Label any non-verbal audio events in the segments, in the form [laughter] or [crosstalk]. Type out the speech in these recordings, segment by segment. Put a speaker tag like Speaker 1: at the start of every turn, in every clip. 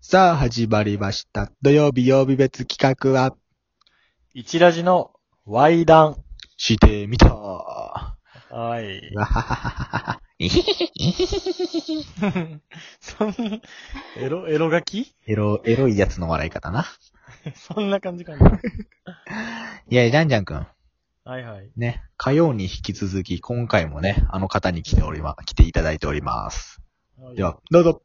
Speaker 1: さあ、始まりました。土曜日曜日別企画は、
Speaker 2: 一ラジのワイダン。
Speaker 1: してみた。わ
Speaker 2: はい。
Speaker 1: はははは。えへへへ
Speaker 2: [laughs] そん、エロ、エロ書き
Speaker 1: [laughs] エロ、エロいやつの笑い方な。
Speaker 2: [laughs] そんな感じかな。
Speaker 1: いや、ジャンジャンくん。
Speaker 2: はいはい。
Speaker 1: ね、火曜に引き続き、今回もね、あの方に来ておりま、来ていただいております。では、どうぞ。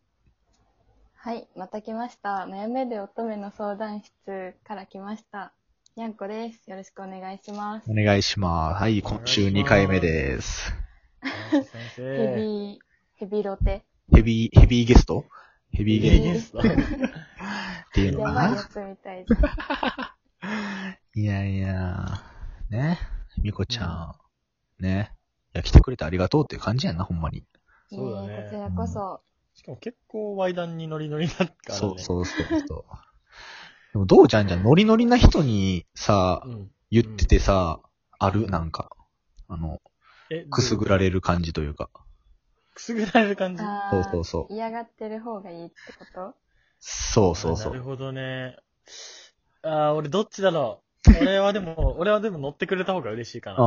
Speaker 3: はい、また来ました。悩めで乙女の相談室から来ました。にゃんこです。よろしくお願いします
Speaker 1: お。願いします。はい、今週
Speaker 2: お願いし
Speaker 1: 2
Speaker 2: ます
Speaker 1: 回目です。
Speaker 2: はい。先
Speaker 3: ヘ
Speaker 2: 生。
Speaker 3: ビー、ヘビロテ。
Speaker 1: ヘビー、ヘビーゲストヘビーゲ
Speaker 3: ヘ
Speaker 1: ス
Speaker 3: ビ
Speaker 1: ト
Speaker 3: ー
Speaker 1: っ
Speaker 3: ゲ
Speaker 2: [laughs] スト。
Speaker 1: ていう
Speaker 3: や
Speaker 1: のか
Speaker 3: ばいや
Speaker 1: な
Speaker 3: つみたい
Speaker 1: [laughs]
Speaker 3: で。
Speaker 1: いやいや、ね、みこちゃん、ね、いや、来てくれてありがとうっていう感じやんな、ほんまに。
Speaker 2: そうだね
Speaker 3: いえいえこちらこそ。
Speaker 2: しかも結構ワイダンにノリノリだったからね。
Speaker 1: そうそうそう [laughs] そう。でもどうじゃんじゃん、ノリノリな人にさ
Speaker 2: う、ん。
Speaker 1: 言っててさ、あるなんか、あの、
Speaker 2: え、
Speaker 1: くすぐ
Speaker 2: ら。
Speaker 1: られる感じというか。
Speaker 2: くすぐられる感じ。
Speaker 3: あ。
Speaker 1: そうそうそう
Speaker 3: 嫌がってる方がいいってこと
Speaker 1: そうそうそ
Speaker 2: なる
Speaker 1: う。
Speaker 2: ほどね。あー、俺どっちだろう。俺はでも、 [laughs] 俺はでも乗ってくれた方が嬉しいかな。
Speaker 1: ああ、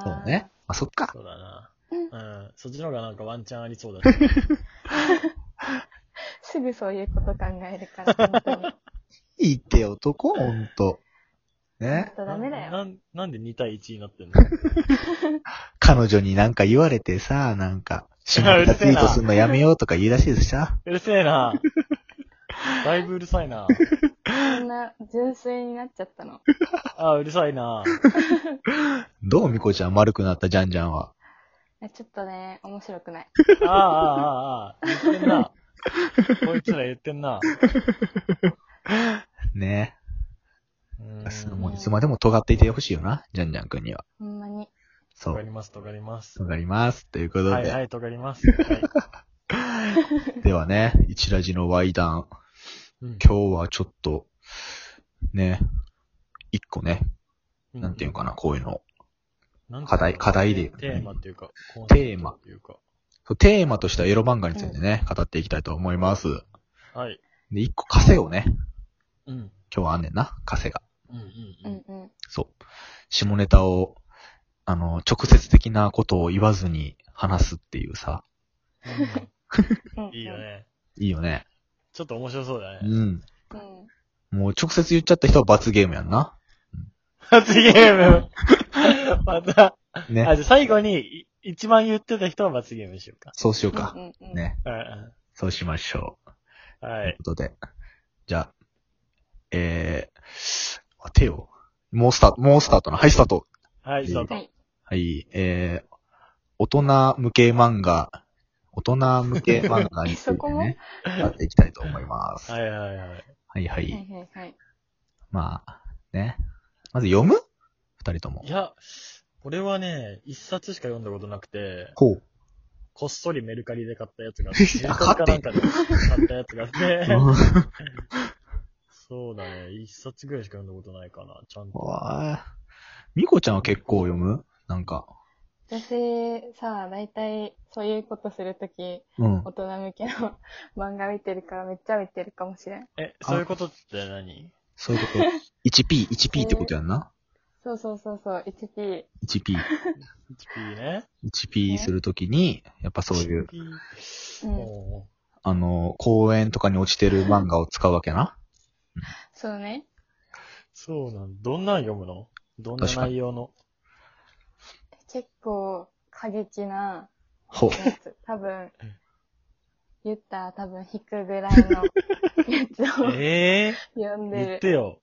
Speaker 3: あー
Speaker 1: そうね。あ、そっか。
Speaker 2: そうだな。
Speaker 3: うん
Speaker 2: うん。そっちの方がなんかワンチャンありそうだね。
Speaker 3: すぐそういうこと考えるから、本当に。本
Speaker 1: いいって男、ほんと。ね。
Speaker 3: [laughs] 当ダメだよ。
Speaker 2: ななんなんで2対1になってんの
Speaker 1: 彼女になんか言われてさ、なんか、下ネタツイートすんのやめようとか言い出しでさ。
Speaker 2: うるせ
Speaker 1: [laughs]
Speaker 2: えな。だいぶうるさいな。
Speaker 3: そんな純粋になっちゃったの。
Speaker 2: あ、うるさ
Speaker 1: [laughs]
Speaker 2: いな。
Speaker 1: どうみこちゃん丸くなったじゃんじゃんは。
Speaker 3: いやちょっとね、面白くない。
Speaker 2: ああ、ああ、ああ。言ってんな。こいつら言ってんな。
Speaker 1: ね。
Speaker 2: う
Speaker 1: もうい
Speaker 2: ん。
Speaker 1: つまでも尖っていてほしいよな、じゃんじゃんくんには。
Speaker 3: ほんまに。
Speaker 1: そ
Speaker 2: とか
Speaker 1: う。
Speaker 2: ります、とかります。
Speaker 1: わかります。ということで、
Speaker 2: はい、はい、とかります。はい。
Speaker 1: ではね、一ラジのワイダン。
Speaker 2: うん
Speaker 1: 今日はちょっと、ね、一個ね、なんていうかな、こういうの。
Speaker 2: なんていうの。
Speaker 1: 課題課題で
Speaker 2: テーマっていうか。コンセプト
Speaker 1: テーマ
Speaker 2: っていうか。
Speaker 1: そうテーマとしたエロ漫画についてね、語っていきたいと思います。
Speaker 2: はい。
Speaker 1: で、一個枷をね、
Speaker 2: うん。
Speaker 1: 今日はあんねんな、枷が。
Speaker 2: うんう
Speaker 3: うんんうん。
Speaker 1: そう。下ネタを、あの、直接的なことを言わずに話すっていうさ、
Speaker 3: うんう
Speaker 2: うんん。いいよ。ね。
Speaker 1: いいよね。
Speaker 2: ちょっと面白そうだ
Speaker 1: う
Speaker 2: ね。
Speaker 1: ん。
Speaker 3: うん。
Speaker 1: もう直接言っちゃった人は罰ゲームやんな。
Speaker 2: 罰ゲ
Speaker 1: [laughs]
Speaker 2: ーム。また。
Speaker 1: ね
Speaker 2: あ、。じゃあ最後に、い一番言ってた人は罰ゲームにしようか。
Speaker 1: そうしよう
Speaker 3: う
Speaker 1: か。
Speaker 3: んうんうん。
Speaker 1: ね。
Speaker 2: うんう
Speaker 1: そうしましょう。
Speaker 2: ん。は
Speaker 1: とい。
Speaker 2: いう
Speaker 1: ことで。じゃあ、えー、あ、手を。もうスタート、もうスタートな。はい、スタート。
Speaker 2: はい、スタート
Speaker 3: は。い。
Speaker 1: はい、えー、大人向け漫画、大人向け漫画につい
Speaker 3: そ
Speaker 1: て
Speaker 3: こも
Speaker 1: ね、やっていきたいと思います。は
Speaker 2: はいはいはい。
Speaker 1: い、は。
Speaker 3: はいいはいはい。
Speaker 1: まあ、ね。まず読む二人とも
Speaker 2: い。や、俺はね、一冊しか読んだことなくて、
Speaker 1: ほう。
Speaker 2: こっそりメルカリで買ったやつがあって、メ
Speaker 1: [laughs]
Speaker 2: ル
Speaker 1: あ
Speaker 2: カリかなんかで買ったやつがあって、
Speaker 1: [laughs]
Speaker 2: そうだね、一冊ぐらいしか読んだことないかな、ちゃんと。
Speaker 1: わあ。みこちゃんは結構読むなんか。
Speaker 3: 私、さ、大体、そういうことするとき、
Speaker 1: うん。
Speaker 3: 大人向けの [laughs] 漫画見てるからめっちゃ見てるかもしれん。
Speaker 2: え、そういうことって何
Speaker 1: そういうこと。1P、1P ってことやんな
Speaker 3: そうそうそうそう、1P。
Speaker 1: ?1P。
Speaker 2: ?1P ね。
Speaker 1: 1P するときに、やっぱそういう、
Speaker 2: 1P。
Speaker 3: うん。
Speaker 2: おう
Speaker 1: あの、公園とかに落ちてる漫画を使うわけな。
Speaker 3: そうね。
Speaker 2: そうなんどんなん読むのどんな
Speaker 1: 確かに
Speaker 2: 内容
Speaker 3: [laughs]
Speaker 2: の
Speaker 3: 結構過激な
Speaker 1: ほう。
Speaker 3: や [laughs] つ。多分、言ったら多分引くぐらいのやつを
Speaker 2: ええ
Speaker 3: 読
Speaker 2: ー、言
Speaker 3: んで
Speaker 2: って
Speaker 3: る。
Speaker 2: よ。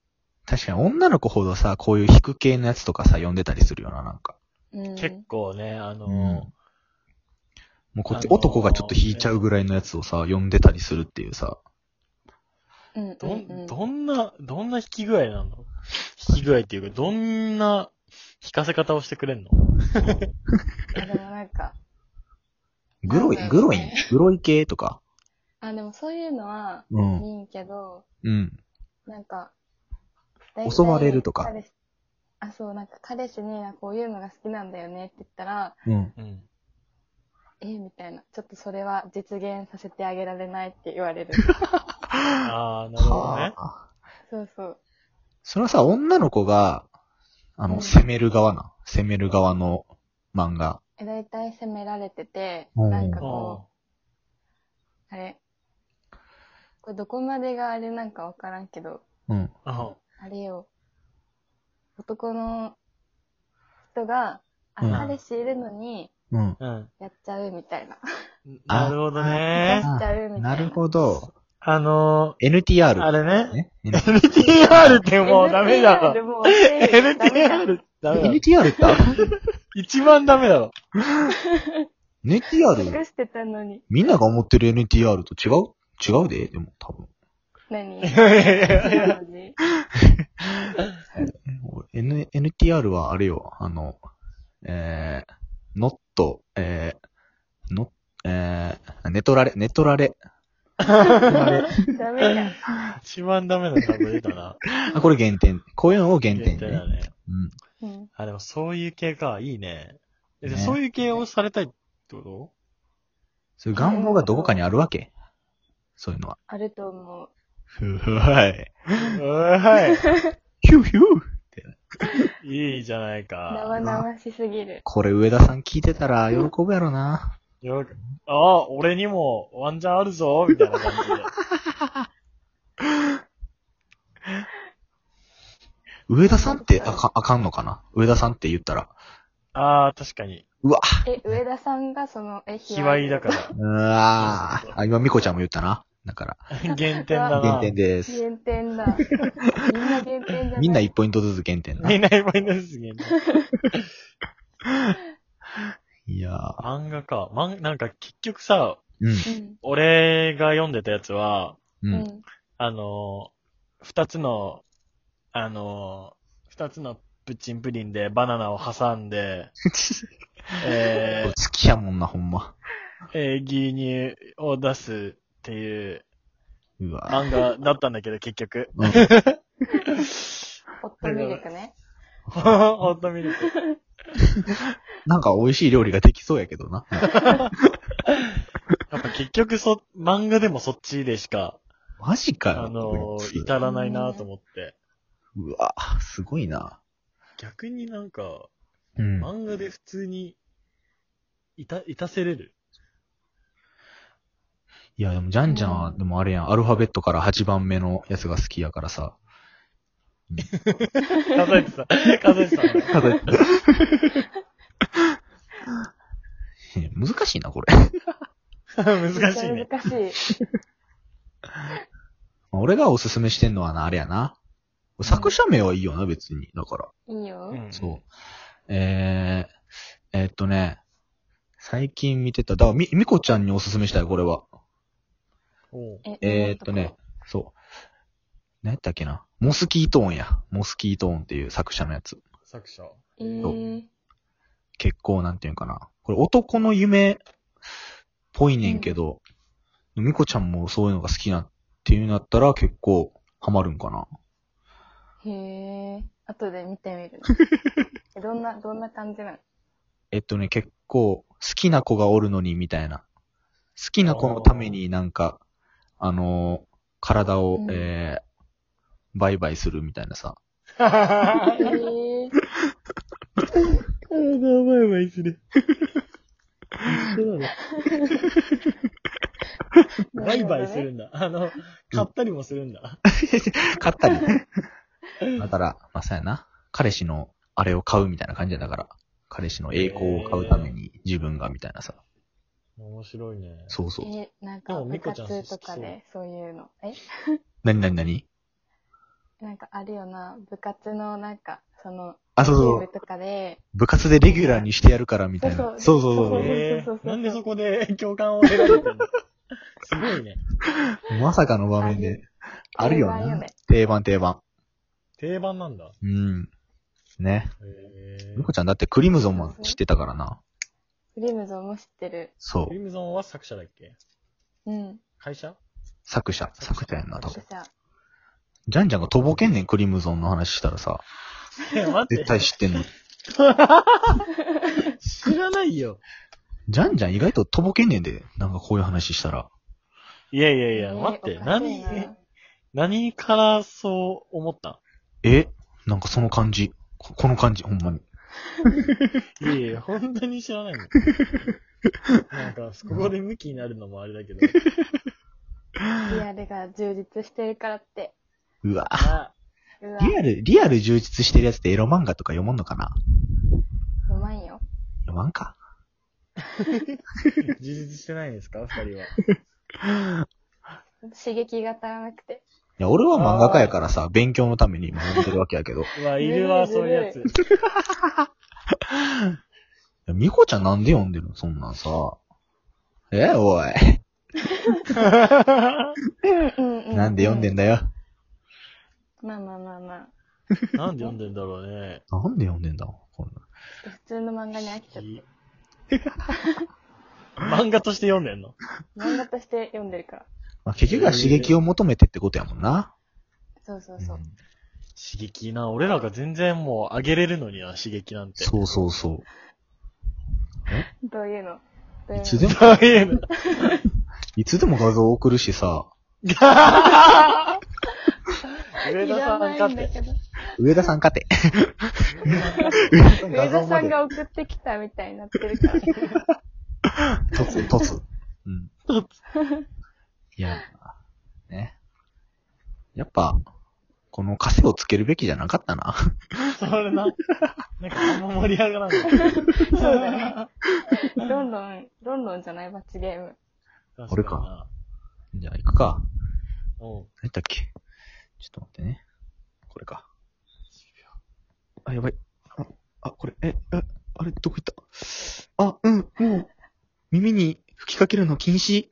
Speaker 1: 確かに女の子ほどさ、こういう引く系のやつとかさ、読んでたりするよな、なんか。
Speaker 3: うん。
Speaker 2: 結構ね、あのー
Speaker 1: うんもうこっち、
Speaker 2: あのー
Speaker 1: 男がちょっと引いちゃうぐらいのやつをさ、読んでたりするっていうさ。
Speaker 3: うん
Speaker 2: ど
Speaker 3: うんうん
Speaker 2: ん、どんな、どんな引き具合なの引き具合っていうか、どんな引かせ方をしてくれんの
Speaker 3: あでもなんか、
Speaker 1: グロ
Speaker 3: なんだろう
Speaker 1: い、
Speaker 3: ね
Speaker 1: グロい、グロい系とか。
Speaker 3: あ、でもそういうのは、
Speaker 1: う
Speaker 3: い
Speaker 1: ん。
Speaker 3: いんけど、
Speaker 1: うん。
Speaker 3: なんか、
Speaker 1: 襲われるとか
Speaker 3: 大体彼氏。あ、そう、なんか彼氏に、こういうのが好きなんだよねって言ったら、
Speaker 1: うん。
Speaker 2: うん。
Speaker 1: [laughs]
Speaker 3: えみたいな。ちょっとそれは実現させてあげられないって言われる。
Speaker 2: ああ、なるほどね。
Speaker 1: はあ
Speaker 3: そうそう。
Speaker 1: それはさ、女の子が、あ
Speaker 3: う
Speaker 1: の、
Speaker 3: ん
Speaker 1: 攻める側な。攻める側の漫画。
Speaker 3: え、大体責められてて、
Speaker 1: うん
Speaker 3: なんか
Speaker 2: あ
Speaker 3: こう、あれこれどこまでがあれなんかわからんけど、
Speaker 1: うん。
Speaker 2: あああ。
Speaker 3: あれよ。男の人が、あ、
Speaker 1: うん
Speaker 3: 彼氏いるのに、
Speaker 1: うん。
Speaker 2: うん。
Speaker 3: やっちゃうみたいな。
Speaker 2: なるほど
Speaker 3: や
Speaker 2: ね。
Speaker 3: っちゃうみたいな。
Speaker 1: なるほど。
Speaker 2: あのー、あ
Speaker 1: NTR。
Speaker 2: れね。
Speaker 1: ね N-
Speaker 2: NTR ってもうダメだろ。
Speaker 3: NTR もう
Speaker 2: NTR ダメだろ。
Speaker 1: NTR ってある
Speaker 2: 一番ダメだろ。
Speaker 3: 隠
Speaker 1: ?NTR?
Speaker 3: してたのに。
Speaker 1: みんなが思ってる NTR と違う違うで、でも多分。
Speaker 3: 何
Speaker 2: いやいやいや
Speaker 3: 何
Speaker 1: N、NTR はあれよ、あの、えー、ノット、えー、ノえー、ネトラレ、ネトラレ。
Speaker 3: ダメじゃん。
Speaker 2: 一番ダメな単語出 [laughs] たな。
Speaker 1: あ、これ原点。こういうのを原点
Speaker 2: 絶対だ
Speaker 1: ね。
Speaker 2: ね。
Speaker 1: うん。
Speaker 3: うん。
Speaker 2: あ、でもそういう系か。いいね。え
Speaker 1: ね
Speaker 2: そういう系をされたいってこと
Speaker 1: そういう願望がどこかにあるわけそういうのは。
Speaker 3: あると思う。
Speaker 1: ふはい。
Speaker 2: [laughs] は
Speaker 1: ヒューヒュー
Speaker 2: い。 [laughs] いいじゃない
Speaker 3: 生
Speaker 2: か。
Speaker 3: 々しすぎる。
Speaker 1: これ上田さん聞いてたら喜ぶやろな。
Speaker 2: よくああ、俺にもワンチャンあるぞ、みたいな感じで。 [laughs]
Speaker 1: 上田さんってあかあかんのかな上田さんって言ったら。
Speaker 2: ああ、確かに。
Speaker 1: うわ
Speaker 3: え、上田さんがその、え、
Speaker 2: 卑猥だ
Speaker 3: か
Speaker 2: か
Speaker 1: うわーあ、今ミコちゃんも言ったな。だから、
Speaker 2: ら。減点だな。
Speaker 1: 原点です。
Speaker 3: 減
Speaker 2: [laughs]
Speaker 3: 点だ。みんな減点じゃない。
Speaker 1: みんな1ポイントずつ減点な。
Speaker 2: みんな今いないですね。
Speaker 1: いやー。
Speaker 2: 漫画か。漫、なんか結局さ、
Speaker 1: うん。
Speaker 3: う。
Speaker 2: 俺が読んでたやつは、
Speaker 1: うん。
Speaker 3: うんん。
Speaker 2: あのー、二つの、あのー、二つのプッチンプリンでバナナを挟
Speaker 1: [laughs]
Speaker 2: んで、えー
Speaker 1: 好きやもんな、ほんま。
Speaker 2: えー牛乳を出すっていう
Speaker 1: うわ。
Speaker 2: 漫画だったんだけど、結局。 [laughs]
Speaker 1: うん
Speaker 3: ホットミルクね。
Speaker 2: ホットミルク。
Speaker 1: なんか美味しい料理ができそうやけどな。
Speaker 2: やっぱ結局そ、漫画でもそっちでしか、
Speaker 1: マジかよ。
Speaker 2: あの
Speaker 1: こい
Speaker 2: ー、
Speaker 1: つ
Speaker 2: 至らないなと思って。
Speaker 1: うわ、すごいな。
Speaker 2: 逆になんか、
Speaker 1: うん。
Speaker 2: 漫画で普通に、いた、いたせれる。
Speaker 1: いや、でも、ジャンジャンは、でもあれやん、アルファベットから8番目のやつが好きやからさ。
Speaker 2: 数えてた。数えてた。
Speaker 1: 難しいな、これ。
Speaker 2: 難
Speaker 3: めっ
Speaker 2: し
Speaker 3: ち
Speaker 2: い
Speaker 3: ゃ
Speaker 2: ね。
Speaker 3: 難しい。
Speaker 1: まあ俺がおすすめしてんのはな、あれやな。作者名はいいよな、別に。だから。
Speaker 3: いいよ。
Speaker 2: ん
Speaker 1: そう。えー、えーっとね、最近見てた、だからみ、みこちゃんにおすすめしたい、これは。
Speaker 2: おう。
Speaker 1: えー、っとね、そう。何やったっけな。モスキートーンや。モスキートーンっていう作者のやつ。[laughs]
Speaker 2: 作者。
Speaker 3: えー、
Speaker 1: 結構、なんていうんかな。これ男の夢っぽいねんけど、みこちゃんもそういうのが好きなっていうんだったら結構ハマるんかな。
Speaker 3: へえ。後で見てみる
Speaker 1: [laughs]
Speaker 3: ね。えどんな、どんな感じなの
Speaker 1: えっとね、結構、好きな子がおるのに、みたいな。好きな子のためになんか、あのー体を、
Speaker 3: うん
Speaker 1: えー、売買するみたいなさ。
Speaker 3: え
Speaker 2: 体
Speaker 3: ー、
Speaker 2: バイバイする。バイバイするんだ。あの、買ったりもするんだ。
Speaker 1: 買った
Speaker 3: [laughs]
Speaker 1: り。だから、まあ、そうやな。彼氏の、あれを買うみたいな感じやだから。彼氏の栄光を買うために自分がみたいなさ。
Speaker 2: 面白いね。
Speaker 1: そうそう。
Speaker 3: え、なんか
Speaker 2: でも
Speaker 3: 部
Speaker 2: みこちゃん
Speaker 3: 活とかでそういうの。え
Speaker 1: なになになに
Speaker 3: なんかあるよな、部活のなんか、その、
Speaker 1: あ、そう
Speaker 3: チ
Speaker 1: そ
Speaker 3: ーム
Speaker 1: う。
Speaker 3: とかで、
Speaker 1: 部活でレギュラーにしてやるからみたいな。そ
Speaker 3: そうう
Speaker 1: そう
Speaker 3: そう
Speaker 1: そうそう。
Speaker 2: え
Speaker 3: そうそうそう
Speaker 2: ー、
Speaker 3: そう
Speaker 2: なんでそこで共感を得られてん
Speaker 1: [laughs]
Speaker 2: のすごいね。
Speaker 1: まさかの場面で。あるよ
Speaker 3: 定番よ
Speaker 1: な
Speaker 3: ね。
Speaker 1: 定番定番。
Speaker 2: 定番なんだ。
Speaker 1: うん。ね。
Speaker 2: え
Speaker 1: ゆこちゃんだってクリムゾンも知ってたからな。
Speaker 3: クリムゾンも知ってる。
Speaker 1: そ
Speaker 2: ク
Speaker 1: う
Speaker 2: リ。ムゾンは作者だっけ
Speaker 3: うん。
Speaker 2: 会社
Speaker 1: 作者。作者やんな、多
Speaker 3: 作
Speaker 1: 分。
Speaker 3: 者。
Speaker 1: ジャンジャンがとぼけんねん、クリムゾンの話したらさ。
Speaker 2: い [laughs] や、待って
Speaker 1: 絶。対知ってんの。
Speaker 2: 知らないよ。
Speaker 1: ジャンジャン意外ととぼけんねんで、なんかこういう話したら。
Speaker 2: いやいやいや、
Speaker 3: ね
Speaker 2: 待って、
Speaker 3: おかし
Speaker 2: 何
Speaker 3: いな、
Speaker 2: 何からそう思った
Speaker 1: えなんかその感じ。ここの感じ、ほんまに。
Speaker 2: んいやい [laughs] や、本当に知らないの。なんか、ここで向きになるのもあれだけ [laughs] ど。
Speaker 3: リアルが充実してるからって。
Speaker 1: うわ。
Speaker 2: あ
Speaker 3: うわ、
Speaker 1: リアル、リアル充実してるやつってエロ漫画とか読まんのかな
Speaker 3: うまいよ。
Speaker 1: 読まんか。
Speaker 2: 充実してないんですか二人は。
Speaker 3: 刺激が足らなくて。
Speaker 1: いや、俺は漫画家やからさ、勉強のために学んでるわけやけど。いう
Speaker 2: わ、いるわ、そういうやつ。
Speaker 1: やミコちゃんなんで読んでるのそんなんさ。え、おい。
Speaker 3: うんう
Speaker 1: なんで読んでん
Speaker 3: だ
Speaker 1: だよ。
Speaker 3: まあまあまあまあ。
Speaker 2: なんで読んでんだろうね。
Speaker 1: なんで読んでんだこんな。
Speaker 3: ちょっと普通の漫画に飽きちゃっ
Speaker 2: [laughs] 漫画として読んでんの
Speaker 3: た。漫画として読んでるから。
Speaker 1: まあ、結局は刺激を求めてってことやもんな。
Speaker 3: そうそう
Speaker 1: うん
Speaker 3: そう。
Speaker 2: 刺激な。俺らが全然もう上げれるのにな、刺激なんて。
Speaker 1: そうそうそ
Speaker 3: どういうのどう
Speaker 1: う。
Speaker 3: いう
Speaker 1: い
Speaker 3: の
Speaker 1: つでも、
Speaker 2: そういうの。
Speaker 1: いつでも画像送るしさ、
Speaker 2: 上田さん
Speaker 3: い
Speaker 2: からっ
Speaker 3: ないんだ
Speaker 2: て。
Speaker 3: けど。
Speaker 1: 上田さん勝て。
Speaker 3: 上田さんが送ってきたみたいになってるから。
Speaker 1: とつ、とつ。うん。いや、ね。やっぱ、この枷をつけるべきじゃなかったな。
Speaker 2: [laughs] それな。なんかあんま盛り上がらない。
Speaker 3: そうだね。ロンロン、ロンロンじゃない罰ゲーム。
Speaker 1: 俺か。じゃあ行くか。
Speaker 2: うん。
Speaker 1: 何だっけちょっと待ってね。これか。あ、やばい。あ、あこれ、え、え、あれ、どこ行ったあ、うん、もう、耳に吹きかけるの禁止。